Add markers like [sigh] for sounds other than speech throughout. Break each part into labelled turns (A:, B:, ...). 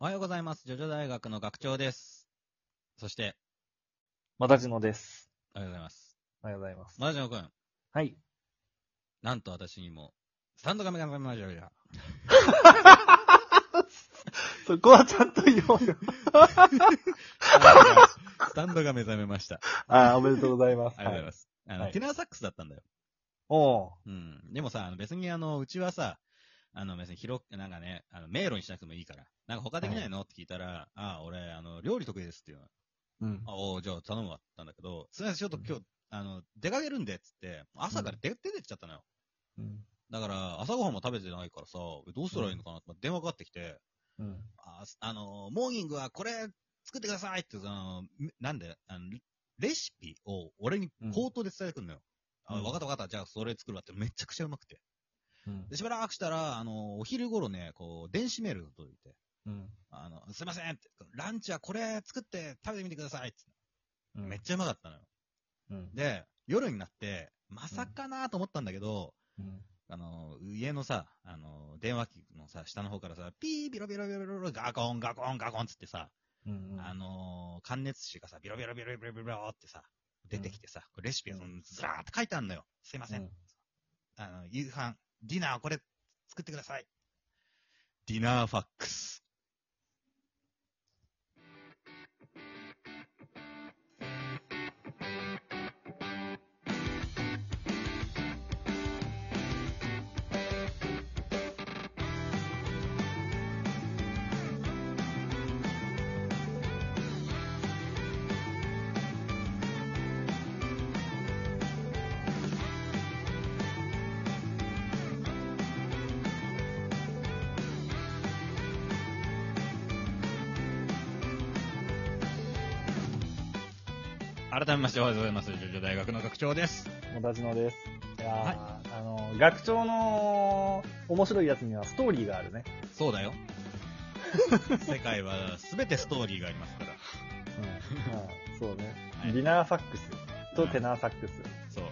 A: おはようございます。ジョジョ大学の学長です。そして、
B: またじのです。
A: おはようございます。
B: おはようございます。
A: マダジョくん、
B: はい。
A: なんと私にも、スタンドカメラマージ
B: [laughs]
A: ョが、
B: そこはちゃんと言
A: [laughs]
B: おうよ。
A: スタンドが目覚めました。
B: ああ、おめでとうございます。
A: ありがとうございます。あの、
B: はい
A: テナーサックスだったんだよ。
B: おう
A: うん。でもさ、あの別にあの、うちはさ、あの別に広く、なんかね、あの迷路にしなくてもいいから、なんか他できないの、って聞いたら、ああ、俺、あの、料理得意ですっていうの。
B: うん。
A: あ、おうじゃあ頼むわって言ったんだけど、すみません、ちょっと今日、あの、出かけるんで、っつって、朝から出、出てっちゃったのよ。
B: うん。
A: だから、朝ごはんも食べてないからさ、どうしたらいいのかなって電話かかってきて、
B: うん。
A: あ、あの、モーニングはこれ作ってくださいって、その、めなんで、あの、レシピを俺に口頭で伝えてくるのよ。
B: うん
A: あ、わかったわかった、じゃあそれ作るわってめちゃくちゃうまくて。
B: うん
A: で、しばらくしたら、あの、お昼頃ね、こう、電子メールが届いて、
B: うん。
A: あの、すいませんってランチはこれ作って食べてみてくださいって。
B: うん
A: めっちゃうまかったのよ。
B: うん。
A: で、夜になって、まさかなと思ったんだけど、
B: うん。
A: あの、家のさ、あの、電話機のさ、下の方からさ、ピー、ビロビロビロビロ、ガコン、ガコン、ガコンっつってさ、
B: うん。
A: あの、関熱紙がさ、ビロビロビロビロビロビロってさ、出てきてさ、これレシピがそのずらーって書いてあるのよ。すいません。
B: うん
A: あの、夕飯、ディナーこれ作ってください。ディナーファックス。改めましておはようございます。ジョジョ大学の学長です。
B: もたじのです。いやー、あの、学長の面白いやつにはストーリーがあるね。
A: そうだよ。世界は全てストーリーがありますから。
B: うん。うんそうね
A: は。い
B: ディナーサックスとテナーサックス。
A: そう。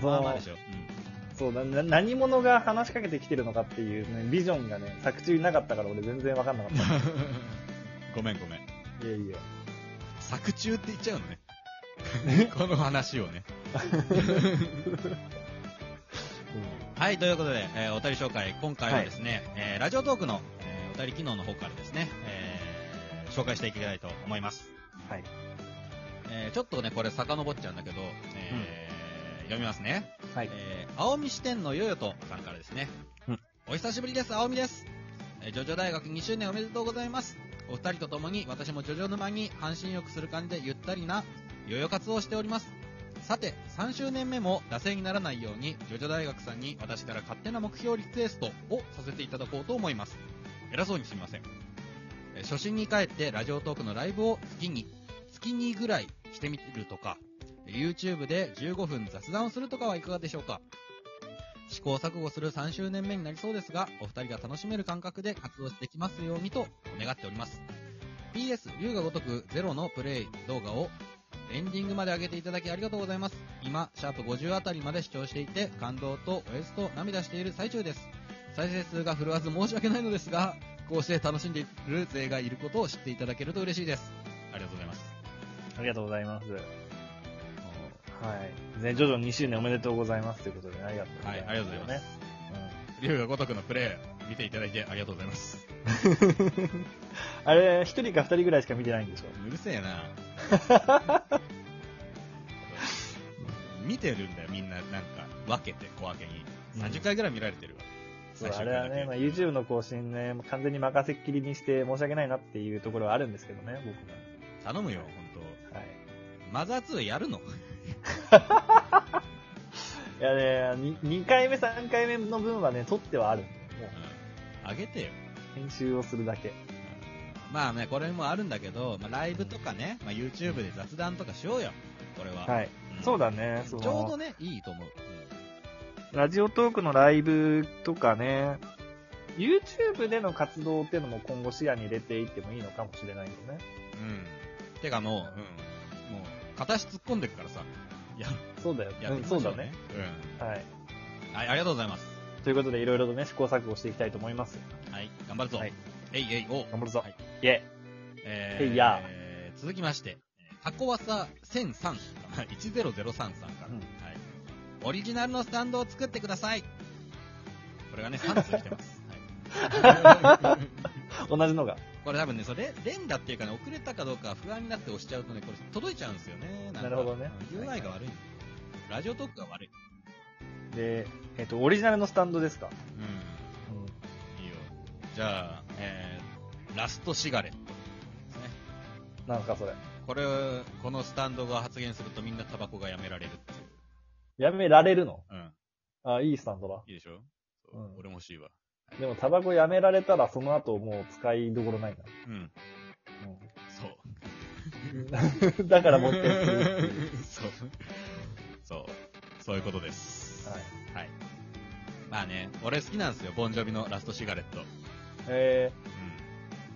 B: そ
A: まあ
B: の
A: まあでしょ。うん。
B: そうなな何者が話しかけてきてるのかっていうね、ビジョンがね、作中になかったから俺全然わかんなかっ
A: ごめんごめん。 [laughs]
B: た。いやいや。
A: 作中って言っちゃうのね。この話をね。はい、ということで、えーお便り紹介、今回はですね、えーラジオトークの、えーお便り機能の方からですね、えー紹介していきたいと思います。
B: うんはい。
A: えーちょっとね、これ遡っちゃうんだけど、えー読みますね。
B: はい。
A: えー青海支店のヨヨとさんからですね、
B: うん
A: お久しぶりです青海です、えージョジョ大学2周年おめでとうございますお二人と共に私もジョジョ沼に半身浴する感じでゆったりなヨヨ活動をしておりますさて3周年目も惰性にならないようにジョジョ大学さんに私から勝手な目標リクエストをさせていただこうと思います偉そうにすみませんえー初心に帰ってラジオトークのライブを月に月にぐらいしてみるとか YouTube で15分雑談をするとかはいかがでしょうか試行錯誤する3周年目になりそうですが、お二人が楽しめる感覚で活動してきますようにと願っております。PS、龍が如くゼロのプレイ動画をエンディングまで上げていただきありがとうございます。今、シャープ50あたりまで視聴していて、感動とおやつと涙している最中です。再生数が振るわず申し訳ないのですが、こうして楽しんでいる勢がいることを知っていただけると嬉しいです。ありがとうございます。
B: ありがとうございます。はい。ね、ジョジョ2周年おめでとうございますということで、ありがとうございます、。
A: はいありがとうございます龍が如くのプレイ見ていただいてありがとうございます。
B: うん、あれ、一人か二人ぐらいしか見てないんでしょ
A: うるせえな見てるんだよ、みんな、なんか、分けて、小分けに。30回ぐらい見られてるわ。
B: そう
A: 最、
B: あ
A: 終
B: れは
A: 回だ
B: ね、
A: け
B: まあ、YouTube の更新ね、もう完全に任せっきりにして申し訳ないなっていうところはあるんですけどね、僕
A: 頼むよ、本
B: も。はい。
A: 当マザー2やるの
B: いやね、2回目、3回目の分はね、撮ってはあるんで、もう
A: あげてよ。
B: 編集をするだけ。
A: まあね、これもあるんだけど、まあ、ライブとかね、まあ、YouTube で雑談とかしようよ、これは。
B: はい。そう
A: だ、
B: だね、
A: ち
B: そ
A: ょう
B: の
A: どね、いいと思う。
B: ラジオトークのライブとかね、YouTube での活動っていうのも今後視野に入れていってもいいのかもしれないよね。
A: うん。うんてかもう、うん。もう、片足突っ込んでくからさ、や、
B: そうだよ。
A: やって
B: ん、
A: み
B: そ
A: ま
B: う
A: しょ
B: だ
A: う
B: ね
A: ね。。
B: はい。
A: うん。はい、ありがとうございます。
B: ということで、いろいろとね、試行錯誤していきたいと思います。
A: はい、頑張るぞ。
B: はい
A: えいえいお。
B: 頑張るぞ。
A: はい
B: イェイ。
A: え
B: えいや
A: えー続きまして、タコワサ1003さん、10033さん [laughs] から、
B: うん
A: はい。オリジナルのスタンドを作ってください。こ
B: [laughs]
A: れがね、3通来てます。はい、
B: 同じのが。
A: これ多分ね、それ、連打っていうかね、遅れたかどうか不安になって押しちゃうとね、これ届いちゃうんですよね。んか
B: なるほどね
A: うん
B: はい
A: UI が悪い。ラジオトークが悪い。
B: で、えっ、と、オリジナルのスタンドですか。
A: うん。
B: うん。
A: いいよ。じゃあ、えー、ラストシガレットですね。
B: なんすか、それ。
A: これ、このスタンドが発言するとみんなタバコがやめられるっていう。
B: やめられるの
A: うん。
B: あ、いいスタンドだ。
A: いいでしょ、
B: うん
A: 俺も欲しいわ。
B: でも、タバコやめられたら、その後もう使いどころないな。
A: うん。そう。
B: うん、 [laughs] だからもう一回作るっていう。
A: [laughs] そう。そう。そういうことです。
B: は
A: は
B: い。
A: い。まあね、俺好きなんですよ。ボンジョビのラストシガレット。
B: え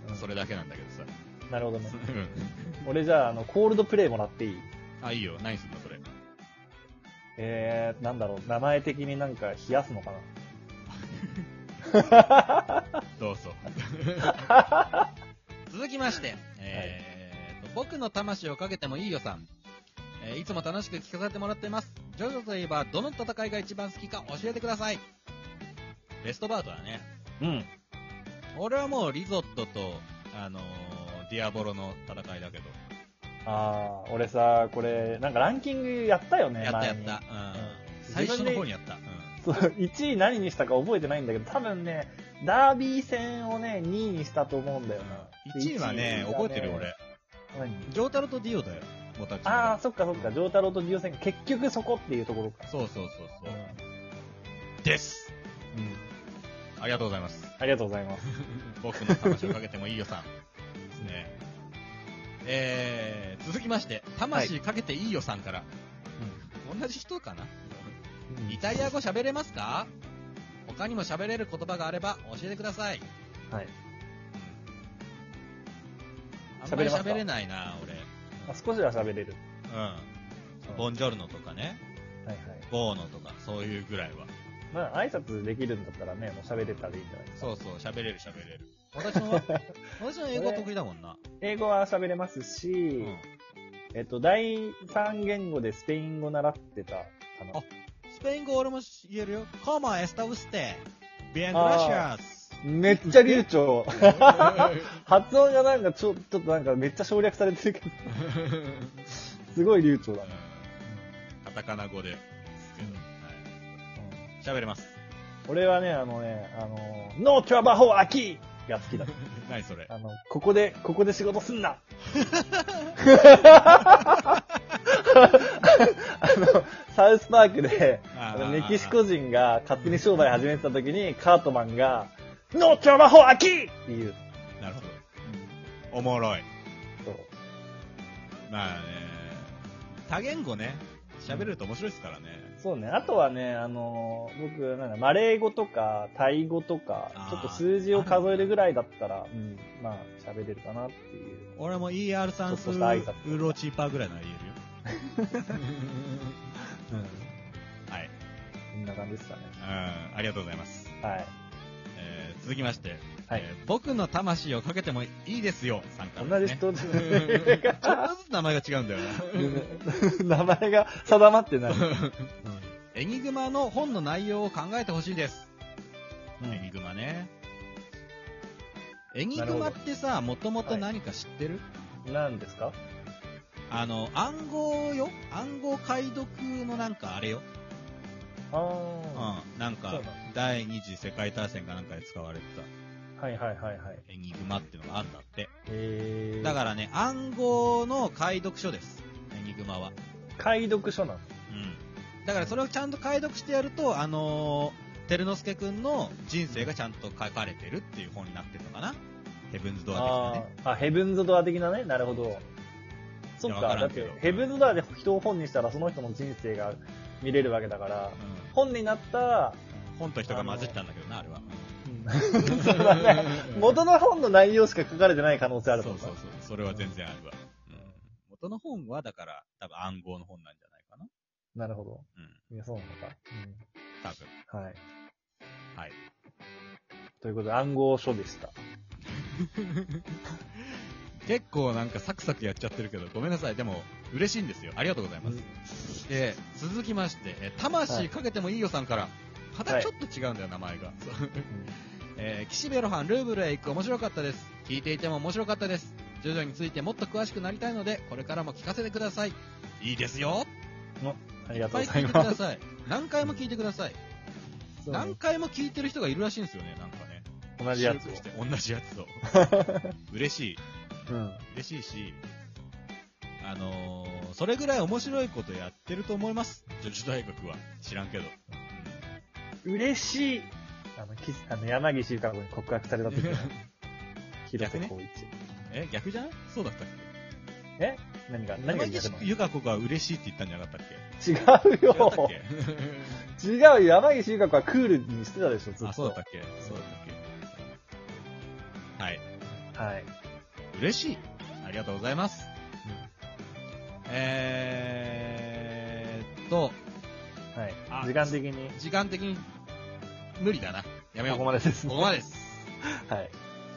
A: う
B: うん
A: ん。それだけなんだけどさ。
B: ー、なるほどね。
A: うん。
B: 俺じゃあ、あの、コールドプレイもらっていい
A: あ、いいよ。何すんのそれ。
B: えー、なんだろう、名前的になんか冷やすのかな
A: どうぞ。 [laughs] 続きまして、えーと、僕の魂をかけてもいいよさん。えーいつも楽しく聞かせてもらってます。ジョジョといえば、どの戦いが一番好きか教えてください。ベストバウトだね。
B: うん。
A: 俺はもうリゾットと、あのーディアボロの戦いだけど。
B: あー、俺さ、これ、なんかランキングやったよね、
A: やったや
B: 前
A: っ
B: に
A: た。うん。最
B: 自
A: 初の
B: 分で
A: 方にやった。うん。
B: そう、1位何にしたか覚えてないんだけど、多分ね、ダービー戦をね、2位にしたと思うんだよな。
A: 1位はね、覚えてる。
B: 一位がね
A: 俺。
B: 何
A: ジョータロとディオだよ。もたちの
B: ああ、そっかそっか、ジョータロとディオ戦が結局そこっていうところか。
A: そうそうそう
B: う
A: そ
B: ん。
A: う。です。
B: うん
A: ありがとうございます。
B: ありがとうございます。
A: 僕の魂をかけてもいいよさん。ですね。えー、続きまして、魂かけていいよさんから。同じ人かなイタリア語喋れますか他にも喋れる言葉があれば教えてください。
B: はい。
A: あんまり
B: 喋れますか
A: 喋れないな、俺。
B: あ少しは喋れる。
A: うん。ボンジョルノとかね、
B: はいはい。
A: ボーノとか、そういうぐらいは。
B: まあ、挨拶できるんだったらね、もう喋れたらいいんじゃないですか。
A: そうそう、喋れる喋れる。私 [laughs] も、私の英語得意だもんな。
B: 英語は喋れますし、
A: うん。
B: えっと、第3言語でスペイン語習ってたかな
A: あ。スペイン語俺も言えるよ。コモエスタウステ。ビエングラシ
B: あ
A: ャス。
B: めっちゃ流暢。発音がなんかちょ、ちょっとなんかめっちゃ省略されてるけど、すごい流暢だね。
A: カタカナ語で。
B: うん
A: 喋れます。
B: 俺はね、あのね、あの、ノートラバホアキーが好きだ。
A: 何それ。
B: あの、ここで、ここで仕事すんなあの、サウスパークで、あのメキシコ人が勝手に商売始めてた時に、カートマンが、ノートラバホアキーっていう。
A: なるほど。おもろい。
B: そう
A: まあね、多言語ね、喋れると面白いですからね。
B: そうね。あとはね、あのー僕、なんか、マレー語とか、タイ語とか
A: あー、
B: ちょっと数字を数えるぐらいだったら、うん、まあ、喋れるかなっていう。
A: 俺も ER さん
B: ちょっとした挨拶
A: ウーロチーパーぐらいなら言えるよ。
B: うん。
A: はい。
B: こんな感じですかね。
A: うんありがとうございます。
B: はい。
A: えー続きまして、
B: はい
A: えー僕の魂をかけてもいいですよ、さんから
B: 同
A: で
B: じ
A: すね、
B: 人じゃな
A: [laughs]
B: い
A: うんちょっとずつ名前が違うんだよな。
B: 名前が定まってない。
A: エニグマの本の内容を考えてほしいです。
B: うん
A: エニグマね。エニグマってさ、もともと何か知ってる、
B: 何ですか
A: あの、暗号よ暗号解読のなんかあれよ。
B: あ
A: うん
B: あ。。
A: なん
B: そ
A: か
B: うだ、
A: 第二次世界大戦かなんかで使われて
B: はいはいはいはい。
A: たエニグマってのがあるんだって。
B: えー、
A: だからね、暗号の解読書です。エニグマは。
B: 解読書なの。
A: だからそれをちゃんと解読してやると、あのー、照之助くんの人生がちゃんと書かれてるっていう本になってるのかなヘブンズ・ドア的なね。
B: あーあ、ヘブンズドア的なね。なるほど。そっ
A: いやわ
B: か、
A: から
B: だ
A: ん
B: っ
A: けど
B: て、ヘブンズドアで人を本にしたらその人の人生が見れるわけだから、本になった、
A: うん本と人が混じったんだけどな、あれは。
B: そうだね。元の本の内容しか書かれてない可能性ある
A: そ
B: と
A: う
B: か。
A: そうそう。それは全然あるわ。うん元の本は、だから、多分暗号の本なんじゃないかな。
B: なるほど。
A: うん。
B: いや、そうなのか。
A: 多分。
B: うん。はい。
A: はい。
B: ということで、暗号書でした。
A: 結構なんかサクサクやっちゃってるけど、ごめんなさい。でも、嬉しいんですよ。ありがとうございます。えー続きまして、えー魂かけてもいいよさんから、肌ちょっと違うんだよ、名前が。そうえー岸辺露伴ルーブルへ行く面白かったです。聞いていても面白かったです。徐々についてもっと詳しくなりたいので、これからも聞かせてください。いいですよ。
B: あり
A: い
B: が
A: っ
B: と
A: ぱ
B: う
A: い
B: ご
A: 聞
B: ざ
A: い
B: い
A: てくだ
B: ます。
A: さい。何回も聞いてください。
B: そう
A: 何回も聞いてる人がいるらしいんですよね、なんかね。
B: 同じやつ
A: 収
B: を
A: 録し。て同じやつ
B: [laughs]
A: を。嬉しい。
B: うん。
A: 嬉しいし、あのーそれぐらい面白いことやってると思います。女子大学は。知らんけど。
B: 嬉しい。あの、キスあの柳井秀太郎に告白された時の広
A: 逆
B: 瀬
A: ね
B: 光一。
A: え、逆じゃないそうだったっ
B: え何が、
A: け
B: 何が逆
A: 山岸由香子が嬉しいって言ったんじゃなかったっけ
B: なの違う
A: 違ったっ
B: よ。
A: け
B: 違うよ。柳井秀太郎はクールにしてた [laughs] でしょ、ずっと。
A: あ、そうだったっけそうだったっけはい。
B: はい。
A: 嬉しい。ありがとうございます。えーっと、
B: は
A: あ
B: い。時間的に、
A: 時間的に無理だな。やめよ
B: こ
A: う。
B: [laughs] こまでです
A: こ
B: ね。
A: こまでです。
B: はい。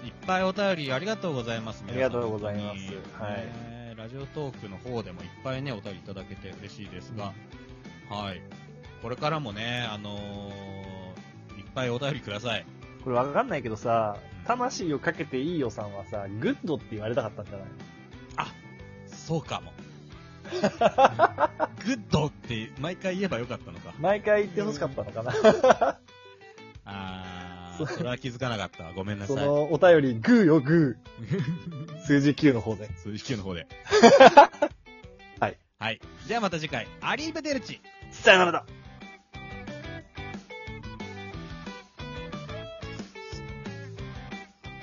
A: いっぱいお便りありがとうございます。
B: ありがとうございます
A: 皆さん
B: はい
A: ねラジオトークの方でもいっぱいね、お便りいただけて嬉しいですが、はい。これからもね、あのーいっぱいお便りください。
B: これわかんないけどさ
A: うん、
B: 魂をかけていいよさんはさ、グッドって言われたかったんじゃない
A: あ、そうか
B: [laughs]
A: も。グッドって毎回言えばよかったのか。
B: 毎回言ってほしかったのかな、
A: あ
B: そ
A: ー、
B: う
A: それは気づかなかった。ごめんなさ
B: そ
A: い。
B: のお便り、グーよ、グ
A: [laughs]
B: ー。数字9の方で。
A: そういう引きの方で。
B: [laughs] はい。
A: はい。じゃあまた次回、アリーベデルチ。
B: さよならだ